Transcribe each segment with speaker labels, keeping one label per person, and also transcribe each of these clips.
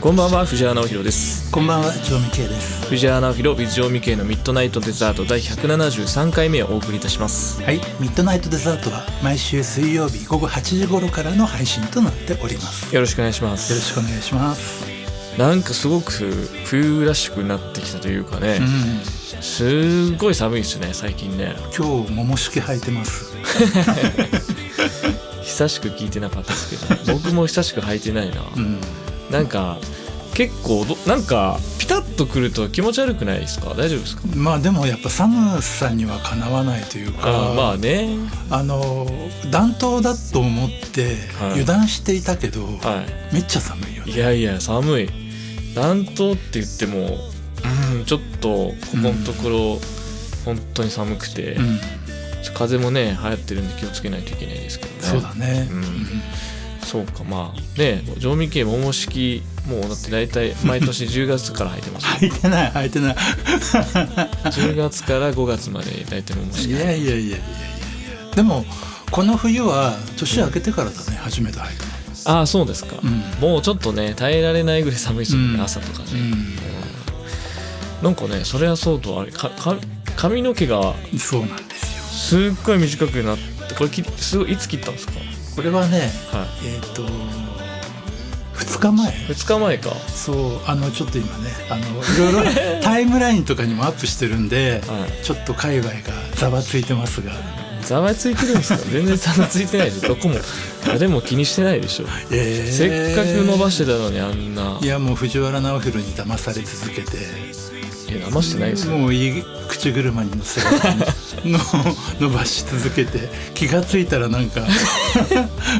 Speaker 1: こんばんは藤原直弘です
Speaker 2: こんばんは、ジョミケイです。
Speaker 1: 藤原直弘ビジョンミケイのミッドナイトデザート第173回目をお送りいたします
Speaker 2: はい、ミッドナイトデザートは毎週水曜日午後8時頃からの配信となっております。
Speaker 1: よろしくお願いしま
Speaker 2: よろ
Speaker 1: す
Speaker 2: しくお願いします。
Speaker 1: なんかすごく冬らしくなってきたというかね
Speaker 2: うん、
Speaker 1: すごい寒いですね最近ね
Speaker 2: 今日桃式履いてます。
Speaker 1: 久しく聞いてなかったですけ ど僕も久しく履いてないな、
Speaker 2: うん、
Speaker 1: なんか結構どなんかピタッとくると気持ち悪くないですか大丈夫ですか
Speaker 2: まあでもやっぱ寒さにはかなわないというか、
Speaker 1: あーまあね
Speaker 2: あの暖冬だと思って
Speaker 1: はい
Speaker 2: 油断していたけど、
Speaker 1: は
Speaker 2: めっちゃ寒いよ
Speaker 1: い
Speaker 2: ね。
Speaker 1: いやいや寒い暖冬って言ってもうんちょっとここのところ、本当に寒くて、
Speaker 2: うん、
Speaker 1: 風もね流行ってるんで気をつけないといけないですけどね
Speaker 2: そうだね。
Speaker 1: うん
Speaker 2: うん
Speaker 1: そうかまあね常味系桃式もうだって大 体毎年10月から履いてます
Speaker 2: 履いてない履いてない。
Speaker 1: 10月から5月まで大体桃式
Speaker 2: いやいやいやいやいやいや。でもこの冬は年明けてからだね、初めて履いたの。
Speaker 1: ああそうですか、
Speaker 2: うん
Speaker 1: もうちょっとね耐えられないぐらい寒いですよね、
Speaker 2: うん
Speaker 1: 朝とかね、
Speaker 2: う
Speaker 1: なんかねそれはそうとあれかか髪の毛が
Speaker 2: ん、そうなんですよ
Speaker 1: すっごい短くなってこれきすごいいつ切ったんですか
Speaker 2: これはね
Speaker 1: は
Speaker 2: えっ、と2日前
Speaker 1: い2日前かは
Speaker 2: そうあのちょっと今ねあのいろいろ タイムラインとかにもアップしてるんで、
Speaker 1: い
Speaker 2: ちょっと界隈がざわついてますが
Speaker 1: ざわついてるん ですか全然ざわついてないですどこも誰も気にしてないでしょ、
Speaker 2: えー
Speaker 1: せっかく伸ばしてたのにあんない
Speaker 2: やもう藤原直弘に騙され続けて
Speaker 1: いや騙してないですよ
Speaker 2: もういい口車に乗せられて の伸ばし続けて気がついたらな んか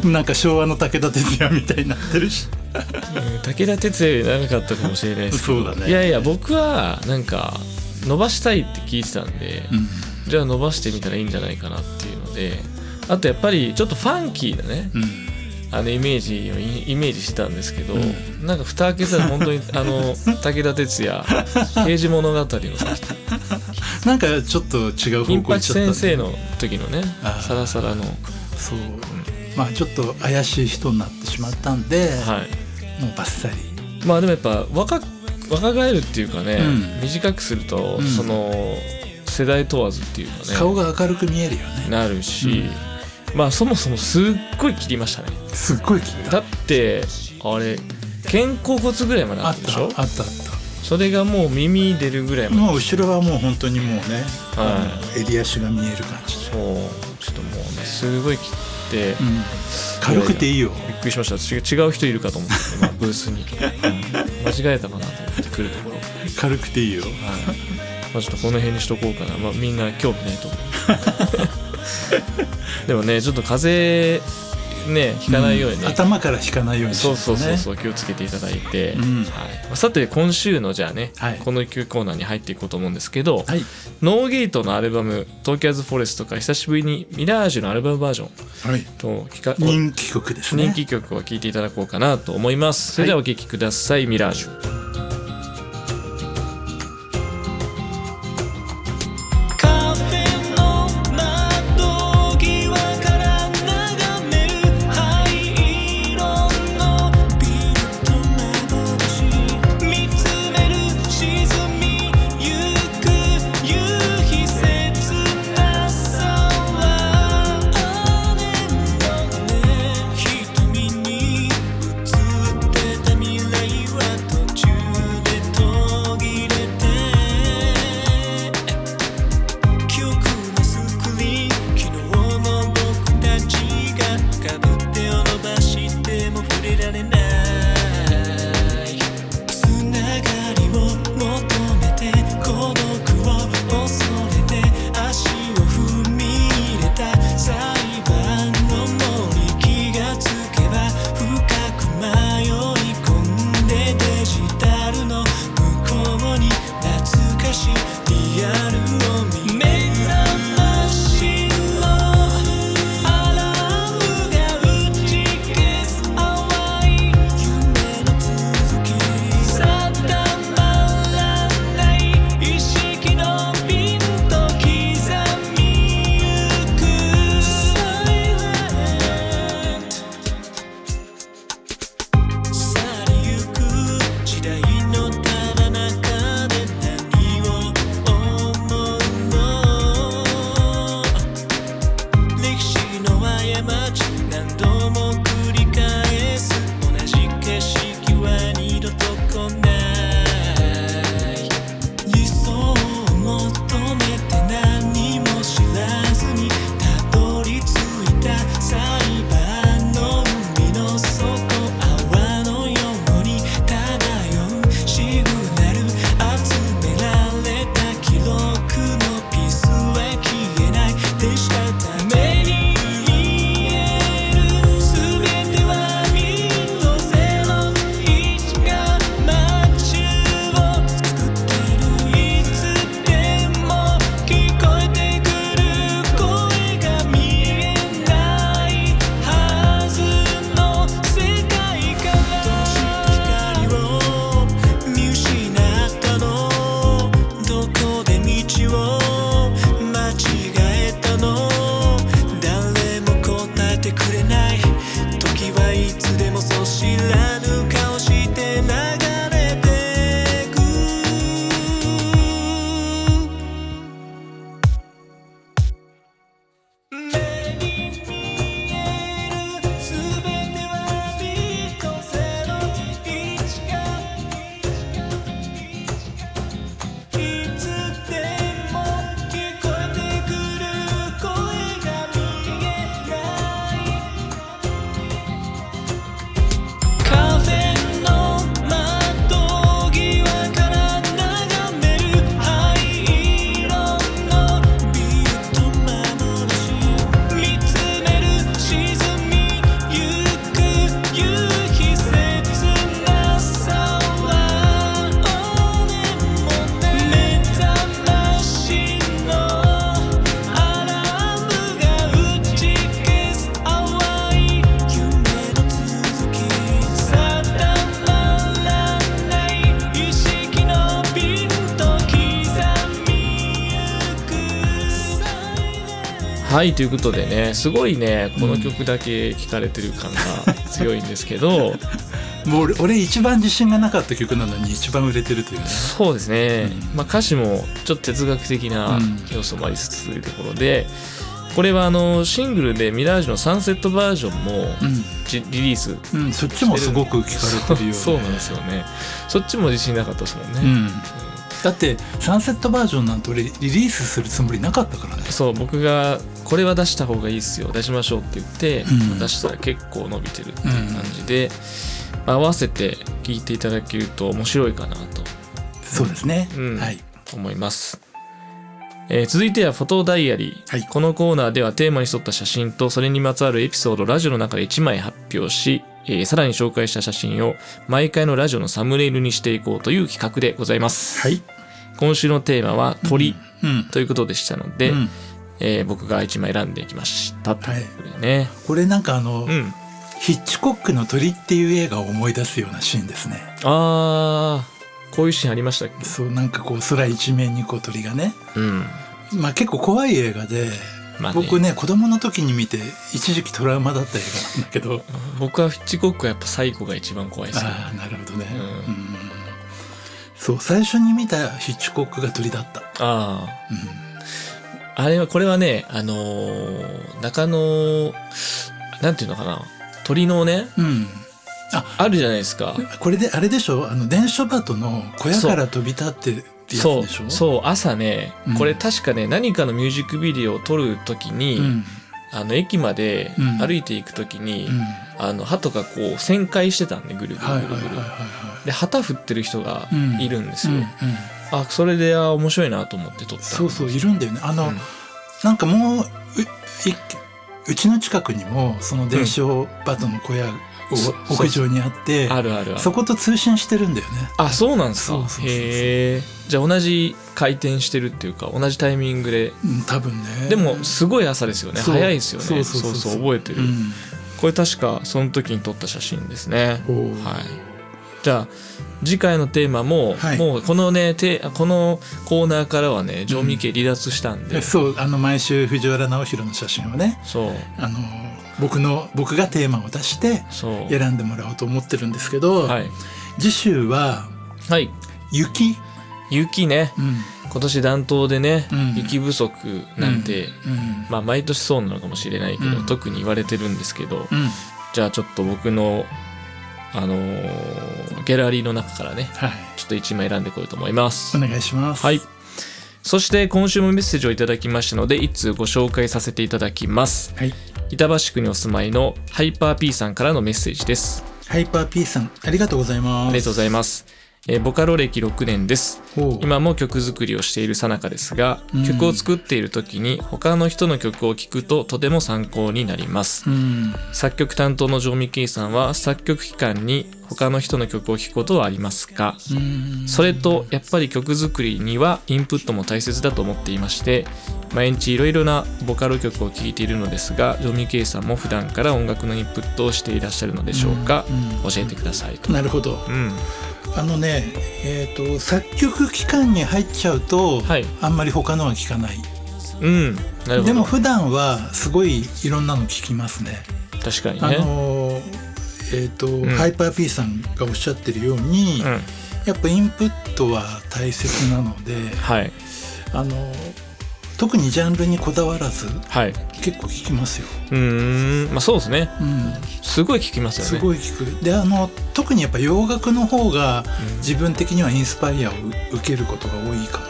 Speaker 2: なんか昭和の武田鉄矢みたいになってるし
Speaker 1: うん武田鉄矢より長かったかもしれないですけど
Speaker 2: そうだ ね
Speaker 1: いやいや僕はなんか伸ばしたいって聞いてたんで、
Speaker 2: うん
Speaker 1: じゃあ伸ばしてみたらいいんじゃないかなっていうのであとやっぱりちょっとファンキーなね
Speaker 2: うん
Speaker 1: あのイメージをイイメージしてたんですけど、
Speaker 2: う
Speaker 1: なんか蓋開けたら本 当にあの武田鉄矢「刑事物語」の
Speaker 2: なんかちょっと違う
Speaker 1: 金
Speaker 2: 方向行っ
Speaker 1: 八
Speaker 2: ちゃ
Speaker 1: 先
Speaker 2: ったね
Speaker 1: 生の時のね
Speaker 2: あー
Speaker 1: サラサラの
Speaker 2: そう、まあちょっと怪しい人になってしまったんで、
Speaker 1: はい
Speaker 2: もうバッサリ
Speaker 1: まあでもやっぱ若若返るっていうかね、
Speaker 2: うん
Speaker 1: 短くすると、
Speaker 2: うん
Speaker 1: その世代問わずっていうかね
Speaker 2: 顔が明るく見えるよね
Speaker 1: なるし、まあそもそもすっごい切りましたね
Speaker 2: すっごい気にな
Speaker 1: だ
Speaker 2: る
Speaker 1: ってあれ肩甲骨ぐらいまであ
Speaker 2: あ
Speaker 1: っ
Speaker 2: った
Speaker 1: でしょ
Speaker 2: たあったあっ
Speaker 1: それがもう耳出るぐらい
Speaker 2: た
Speaker 1: まで
Speaker 2: もう後ろはもう本当にもうね、
Speaker 1: は
Speaker 2: あの襟足が見える感じで、
Speaker 1: もうちょっともうねすごい切って、
Speaker 2: うん、軽くていいよ
Speaker 1: びっくりしましたち違う人いるかと思 って、今ブースにうん間違えたかなと思って来るところ、はい
Speaker 2: 軽くていいよ
Speaker 1: まあ、ちょっとこの辺にしとこうかな、まあ、みんな興味ない と思うでもねちょっと風邪ねひかないようにね、
Speaker 2: ん頭から引かないように
Speaker 1: そうそうそう
Speaker 2: う
Speaker 1: そう気をつけていただいて、
Speaker 2: う
Speaker 1: はい
Speaker 2: ん
Speaker 1: まあさて今週のじゃあね、
Speaker 2: はい
Speaker 1: この1コーナーに入っていこうと思うんですけど、
Speaker 2: はい
Speaker 1: ノーゲートのアルバム「東京アズフォレスト」から久しぶりにミラージュのアルバムバージョン
Speaker 2: はい
Speaker 1: と聞か
Speaker 2: 人気曲ですね
Speaker 1: 人気曲を聴いていただこうかなと思いますそれではお聴きください、ミラージュ
Speaker 3: カフェの窓際から眺める灰色のビート窓越し見つめる沈みゆく夕日切なさは雨のね瞳に映ってた未来は途中で途切れて記憶のスクリーン昨日の僕たちがかぶってを伸ばしても触れられないつながりを求めて孤独を恐れて足を踏み入れた裁判の森気がつけば深く迷い込んでデジタルの向こうに懐かしいリアルを見目覚ましのアラームが打ち消す淡い知らぬ顔して流れてく目に見えるすべては人生の一かいつでも聞こえてくる声が見えない風の窓際から眺める灰色のビートマムシ見つめる沈みゆく夕日切なさは俺もね目覚ましのアラームが打ち消す淡い夢の続き定まらない意識のピンと刻みゆく
Speaker 1: はいということでねすごいねこの曲だけ聴かれてる感が強いんですけ ど、
Speaker 2: もう俺俺一番自信がなかった曲なのに一番売れてるというね
Speaker 1: そうですね、
Speaker 2: うん
Speaker 1: まあ、歌詞もちょっと哲学的な要素もありつつというところで、これはあのシングルでミラージュのサンセットバージョンもじリリース
Speaker 2: うん、うん、そっちもすごく聞かれてるよね
Speaker 1: そうそうなんですよねそっちも自信なかったですもんね、
Speaker 2: うんだってサンセットバージョンなんて俺リリースするつもりなかったからね
Speaker 1: そう僕がこれは出した方がいいっすよ出しましょうって言って、
Speaker 2: うん
Speaker 1: 出したら結構伸びてるっていう感じで、まあ合わせて聴いていただけると面白いかなと
Speaker 2: そうですね、
Speaker 1: うん
Speaker 2: はい
Speaker 1: 思います、えー続いてはフォトダイアリー、
Speaker 2: はい
Speaker 1: このコーナーではテーマに沿った写真とそれにまつわるエピソードをラジオの中で1枚発表し、えーさらに紹介した写真を毎回のラジオのサムネイルにしていこうという企画でございます、
Speaker 2: はい
Speaker 1: 今週のテーマは鳥
Speaker 2: うん
Speaker 1: ということでしたので、
Speaker 2: うん
Speaker 1: えー僕が1枚選んできましたということでね、
Speaker 2: これなんかあの、
Speaker 1: うん
Speaker 2: ヒッチコックの鳥っていう映画を思い出すようなシーンですね
Speaker 1: あーこういうシーンありましたっ
Speaker 2: そうなんかこう空一面にこう鳥がね
Speaker 1: けうん
Speaker 2: まあ結構怖い映画で、
Speaker 1: まあね
Speaker 2: 僕ね子供の時に見て一時期トラウマだった映画なんだけど
Speaker 1: 僕はフィッチコックはやっぱ最後が一番怖いですね
Speaker 2: ああなるほどね、
Speaker 1: う
Speaker 2: うんそう最初に見たヒッチコックが鳥だった、
Speaker 1: ああ
Speaker 2: うん
Speaker 1: あれは、これはね、あのー中野、なんていうのかな、鳥のね、
Speaker 2: うん、
Speaker 1: あるじゃないですか。
Speaker 2: これであれでしょあの電書鳩の小屋から飛び立ってってやつ
Speaker 1: そ
Speaker 2: で
Speaker 1: う
Speaker 2: しょ、
Speaker 1: そう、朝ね
Speaker 2: うん、
Speaker 1: これ確かね、何かのミュージックビデオを撮るときに、
Speaker 2: うん
Speaker 1: あの、駅まで
Speaker 2: うん
Speaker 1: 歩いていくときに、
Speaker 2: うん、
Speaker 1: あの、鳩がこう、旋回してたんで、ぐるぐる
Speaker 2: はいはい
Speaker 1: ぐ
Speaker 2: はい
Speaker 1: るぐ
Speaker 2: はい
Speaker 1: る。
Speaker 2: は
Speaker 1: で、旗振ってる人が
Speaker 2: うん
Speaker 1: いるんです
Speaker 2: い、
Speaker 1: よ。
Speaker 2: うんうん、
Speaker 1: あ、それで、あ、面白いなと思って撮った。
Speaker 2: そうそういるんだよねあの、
Speaker 1: うん
Speaker 2: なんかもうういいうちの近くにもその電書鳩の小屋を
Speaker 1: そ
Speaker 2: 屋上にあって、
Speaker 1: あるあるある。
Speaker 2: そこと通信してるんだよね
Speaker 1: あそうなんです
Speaker 2: そう
Speaker 1: か
Speaker 2: そうそうそ
Speaker 1: へ
Speaker 2: う
Speaker 1: えじゃあ同じ回転してるっていうか同じタイミングで
Speaker 2: うん多分ね
Speaker 1: でもすごい朝ですよね
Speaker 2: そう
Speaker 1: 早いですよねそ
Speaker 2: そうう
Speaker 1: そ
Speaker 2: そううそうそう
Speaker 1: 覚えてる、
Speaker 2: うん
Speaker 1: これ確かその時に撮った写真ですね
Speaker 2: おう
Speaker 1: はいじゃあ次回のテーマも、
Speaker 2: はい
Speaker 1: もうこのねてこのコーナーからはね常務家離脱したんで、
Speaker 2: えそうあの毎週藤原直弘の写真をね
Speaker 1: そう
Speaker 2: あの僕の僕がテーマを出して
Speaker 1: そう
Speaker 2: 選んでもらおうと思ってるんですけど、
Speaker 1: はい、
Speaker 2: 次週は
Speaker 1: はい、
Speaker 2: 雪、
Speaker 1: 雪ね
Speaker 2: うん
Speaker 1: 今年暖冬でね、
Speaker 2: うん
Speaker 1: 雪不足なんて、
Speaker 2: うん
Speaker 1: まあ毎年そうなのかもしれないけど、
Speaker 2: うん
Speaker 1: 特に言われてるんですけど、
Speaker 2: うん
Speaker 1: じゃあちょっと僕の、あのーギャラリーの中からね、
Speaker 2: はい
Speaker 1: ちょっと1枚選んでこようと思います
Speaker 2: お。願いします
Speaker 1: はい。そして今週もメッセージをいただきましたので、一通ご紹介させていただきます。
Speaker 2: はい
Speaker 1: 板橋区にお住まいのハイパー P さんからのメッセージです。
Speaker 2: ハイパー P さんありがとうございます
Speaker 1: ありがとうござい
Speaker 2: ま
Speaker 1: ます。えーボカロ歴6年です。
Speaker 2: すおう
Speaker 1: 今も曲作りをしている最中ですが
Speaker 2: うん、
Speaker 1: 曲を作っている時に他の人の曲を聴くととても参考になります。
Speaker 2: うん
Speaker 1: 作曲担当のジョーミキーさんは作曲期間に他の人の曲を聴くことはありますか
Speaker 2: うん
Speaker 1: それとやっぱり曲作りにはインプットも大切だと思っていまして毎日いろいろなボカロ曲を聴いているのですがジョーミキーさんも普段から音楽のインプットをしていらっしゃるのでしょうか
Speaker 2: うん
Speaker 1: 教えてくださいと。
Speaker 2: なるほど
Speaker 1: うん、
Speaker 2: あのねえっ、と作曲期間に入っちゃうと、
Speaker 1: はい
Speaker 2: あんまり他のは聞かない
Speaker 1: うん、なるほど
Speaker 2: でも普段はすごいいろんなの聞きますね
Speaker 1: 確かに
Speaker 2: あ
Speaker 1: ね。
Speaker 2: のーえーと
Speaker 1: ん
Speaker 2: ハイパー P さんがおっしゃってるように、
Speaker 1: うん
Speaker 2: やっぱインプットは大切なので
Speaker 1: はい
Speaker 2: あの特にジャンルにこだわらず
Speaker 1: はいう
Speaker 2: 結構聞きますよ。
Speaker 1: ーんまあそうですね
Speaker 2: うん、
Speaker 1: すごい聞きますよね
Speaker 2: すごい聞くであの特にやっぱ洋楽の方が
Speaker 1: うん
Speaker 2: 自分的にはインスパイアを受けることが多いかも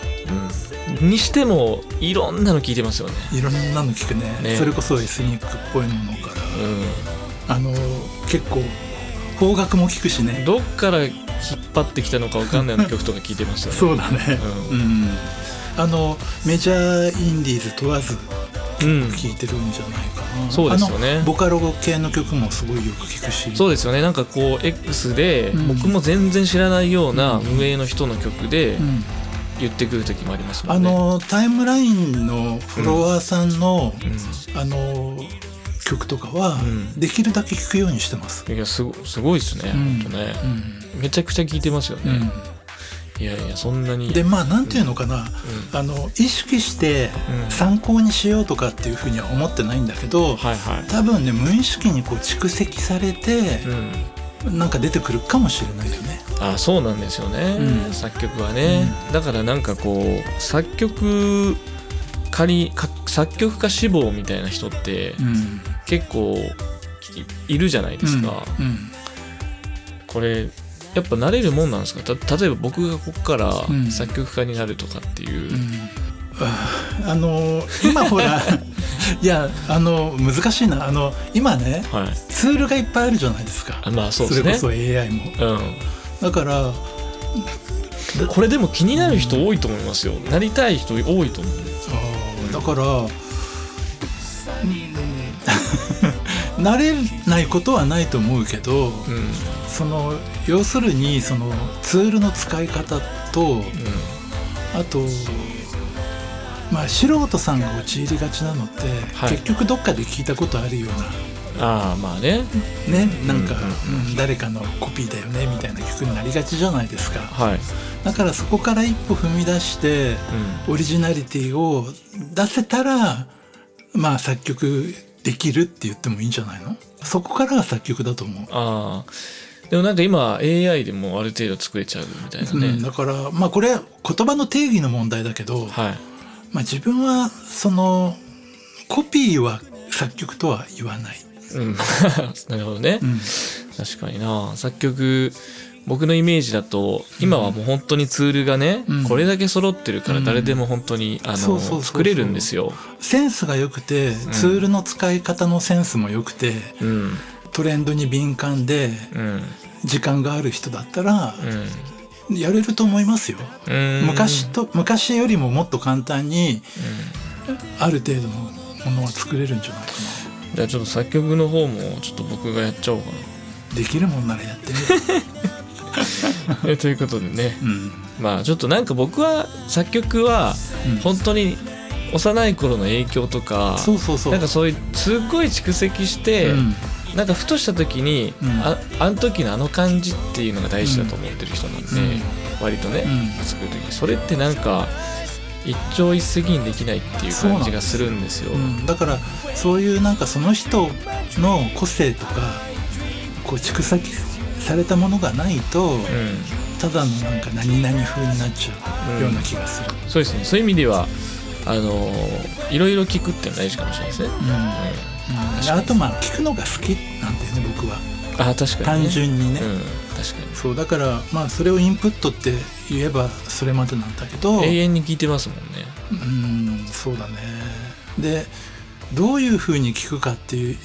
Speaker 1: うんにしてもいろんなの聞いてますよね
Speaker 2: いろんなの聞くね
Speaker 1: ね
Speaker 2: それこそエスニックっぽいものか
Speaker 1: う
Speaker 2: らあの結構邦楽も聞くし
Speaker 1: ん
Speaker 2: ね
Speaker 1: どっから引っ張ってきたのかわかんないような曲とか聞いてましたね
Speaker 2: そうだね
Speaker 1: う
Speaker 2: うん、あのメジャーインディーズ問わず
Speaker 1: うん
Speaker 2: 聴いてるんじゃないかな、
Speaker 1: そうですよね
Speaker 2: あのボカロ系の曲もすごいよく聞くし
Speaker 1: そうですよねなんかこう X で
Speaker 2: うん
Speaker 1: 僕も全然知らないような
Speaker 2: うん
Speaker 1: 無名の人の曲で
Speaker 2: うん
Speaker 1: 言ってくる時もありますも
Speaker 2: あ
Speaker 1: んね
Speaker 2: のタイムラインのフォロワーさんの、
Speaker 1: う
Speaker 2: あの曲とかは
Speaker 1: うん
Speaker 2: できるだけ聴くようにしてます。
Speaker 1: んいやすごすごいですね、
Speaker 2: うん
Speaker 1: ほんとね
Speaker 2: うん
Speaker 1: めちゃくちゃ聞いてますよね、いやいやそんなに
Speaker 2: でまあなんていうのかな、あの意識して
Speaker 1: うん
Speaker 2: 参考にしようとかっていうふうには思ってないんだけど、
Speaker 1: はいは
Speaker 2: 多分ね無意識にこう蓄積されて
Speaker 1: い、う、ん、
Speaker 2: なんか出てくるかもしれないよね。
Speaker 1: あそうなんですよね、
Speaker 2: うん
Speaker 1: 作曲はね、だからなんかこう作曲仮か作曲家志望みたいな人って
Speaker 2: うん
Speaker 1: 結構いいるじゃないですか、
Speaker 2: うん
Speaker 1: これやっぱ慣れるもんなんですかた例えば僕がここか
Speaker 2: うん
Speaker 1: ら作曲家になるとかっていう、
Speaker 2: うんああの今 ほらいやあの難しいなあの今ね
Speaker 1: はい
Speaker 2: ツールがいっぱいあるじゃないですか
Speaker 1: あまあそうです
Speaker 2: れ
Speaker 1: ね
Speaker 2: こそ AI も。
Speaker 1: う
Speaker 2: だから
Speaker 1: ん、これでも気になる人多いと思いますよなりたい人多いと思う
Speaker 2: あーだから、 うん慣れないことはないと思うけど、
Speaker 1: うんうん
Speaker 2: その要するにそのツールの使い方とあと、まあ、素人さんが陥りがちなのって、
Speaker 1: はい
Speaker 2: 結局どっかで聞いたことあるよう
Speaker 1: ああまあね
Speaker 2: なねなんか、
Speaker 1: う
Speaker 2: うん誰かのコピーだよねみたいな曲になりがちじゃないですか
Speaker 1: はい、
Speaker 2: だからそこから一歩踏み出して
Speaker 1: う
Speaker 2: オリジナリティを出せたらまあ作曲できるって言ってもいいんじゃないのそこからが作曲だと思う。
Speaker 1: ん、ああでもなんか今 AI でもある程度作れちゃうみたいなね、
Speaker 2: うん、だからまあこれは言葉の定義の問題だけど、
Speaker 1: はい
Speaker 2: まあ、自分はそのコピーは作曲とは言わない。
Speaker 1: うん なるほどね、
Speaker 2: うん
Speaker 1: 確かにな作曲僕のイメージだと今はもう本当にツールがね、
Speaker 2: うん
Speaker 1: これだけ揃ってるから
Speaker 2: うん
Speaker 1: 誰でも本当に、あ
Speaker 2: そう
Speaker 1: の
Speaker 2: そうそうそう
Speaker 1: 作れるんですよ、
Speaker 2: センスが良くてツールの使い方のセンスも良くて
Speaker 1: うん
Speaker 2: トレンドに敏感で
Speaker 1: うん
Speaker 2: 時間がある人だったら
Speaker 1: うん
Speaker 2: やれると思いますよ。
Speaker 1: うん、
Speaker 2: 昔と昔よりももっと簡単にある程度のものは作れるんじゃないか
Speaker 1: じゃあちょっと作曲の方もちょっと僕がやっちゃおうか
Speaker 2: なできるもんならやってみる、
Speaker 1: なえということでね
Speaker 2: うん
Speaker 1: まあちょっとなんか僕は作曲は
Speaker 2: うん
Speaker 1: 本当に幼い頃の影響とか、
Speaker 2: そうそうそう
Speaker 1: なんかそういうすっごい蓄積して、
Speaker 2: うん
Speaker 1: なんかふとした時に、
Speaker 2: うん
Speaker 1: ああの時のあの感じっていうのが大事だと思ってる人なんで、
Speaker 2: うん
Speaker 1: 割とね、
Speaker 2: うん
Speaker 1: 作る時それってなんか一朝一夕にできないっていう感じがするんですよ。
Speaker 2: うん、だからそういうなんかその人の個性とかこう蓄積されたものがないと
Speaker 1: う
Speaker 2: ただのなんか何々風になっちゃうような気がする、
Speaker 1: んそうですねそういう意味ではあのーいろいろ聞くっていうのは大事かもしれないですね。
Speaker 2: うんうんあとまあ聞くのが好きなんだよね僕は
Speaker 1: うんあ確かに、ね、
Speaker 2: 単純にね、
Speaker 1: うん、確かに
Speaker 2: そうだからまあそれをインプットって言えばそれまでなんだけど
Speaker 1: 永遠に聞いてますもんね。
Speaker 2: うんそうだねでどういうふうに聞くかっていう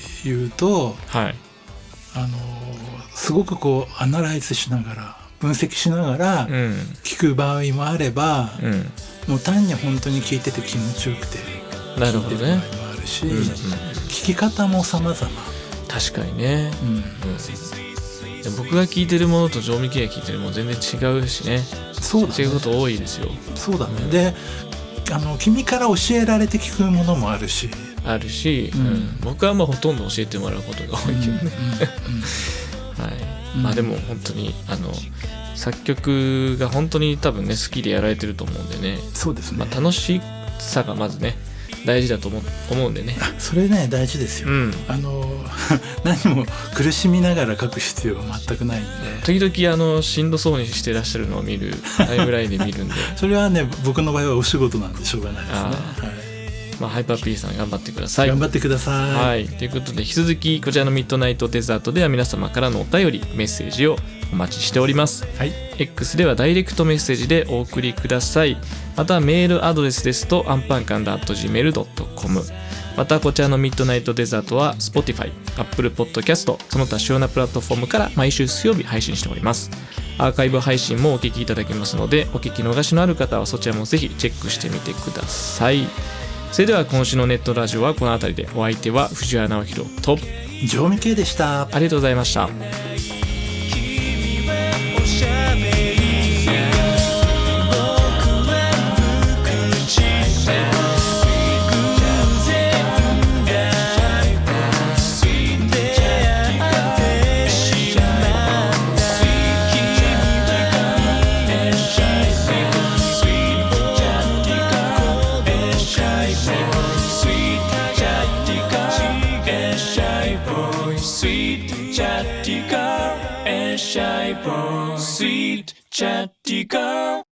Speaker 2: と
Speaker 1: はい、
Speaker 2: あのすごくこうアナライズしながら分析しながら
Speaker 1: うん
Speaker 2: 聞く場合もあれば、
Speaker 1: うん、
Speaker 2: もう単に本当に聞いてて気持ちよくて
Speaker 1: なる
Speaker 2: 聞
Speaker 1: ほ
Speaker 2: いて
Speaker 1: ど
Speaker 2: る場
Speaker 1: ね。
Speaker 2: 合もあるし、
Speaker 1: うんうん、
Speaker 2: 聞き方も様々、
Speaker 1: 確かにね。
Speaker 2: うん、
Speaker 1: うんで僕が聞いてるものと常味系が聞いてるもの全然違うしね
Speaker 2: そうだ
Speaker 1: 違うこ
Speaker 2: ね
Speaker 1: と多いですよ
Speaker 2: そうだねであの君から教えられて聞くものもあるし、
Speaker 1: あるし、
Speaker 2: うん
Speaker 1: うん僕はまあほとんど教えてもらうことが多いけどね、はい
Speaker 2: うん
Speaker 1: まあでも本当にあの作曲が本当に多分ね好きでやられてると思うんでね、
Speaker 2: そうですね
Speaker 1: まあ、楽しさがまずね大事だと思う思うんでね。
Speaker 2: それね大事ですよ、
Speaker 1: うん
Speaker 2: あの 何も苦しみながら書く必要は全くないんで
Speaker 1: 時々あのしんどそうにしてらっしゃるのを見るタイムラインで見るんで
Speaker 2: それはね僕の場合はお仕事なんでしょうがないですね、
Speaker 1: あ
Speaker 2: は
Speaker 1: まあハイパー P さん頑張ってくださ
Speaker 2: い、
Speaker 1: い。
Speaker 2: 頑張ってください、
Speaker 1: はい、ということで引き続きこちらのミッドナイトデザートでは皆様からのお便りメッセージをお待ちしております
Speaker 2: はい、
Speaker 1: X ではダイレクトメッセージでお送りくださいまたメールアドレスですとアンパンカン .gmail.com またこちらのミッドナイトデザートは Spotify、Apple Podcast その他主要なプラットフォームから毎週水曜日配信しておりますアーカイブ配信もお聞きいただけますのでお聞き逃しのある方はそちらもぜひチェックしてみてくださいそれでは今週のネットラジオはこの辺りでお相手は藤原直弘と
Speaker 2: 常味系でした
Speaker 1: ありがとうございました
Speaker 3: 君はおしゃべり僕は無口だ偶然が出会ってしまった君はおしゃべり僕はおしゃべり Sweet Jatica and Shy Boy. Sweet Jatica and Shy Boy. Sweet Jatica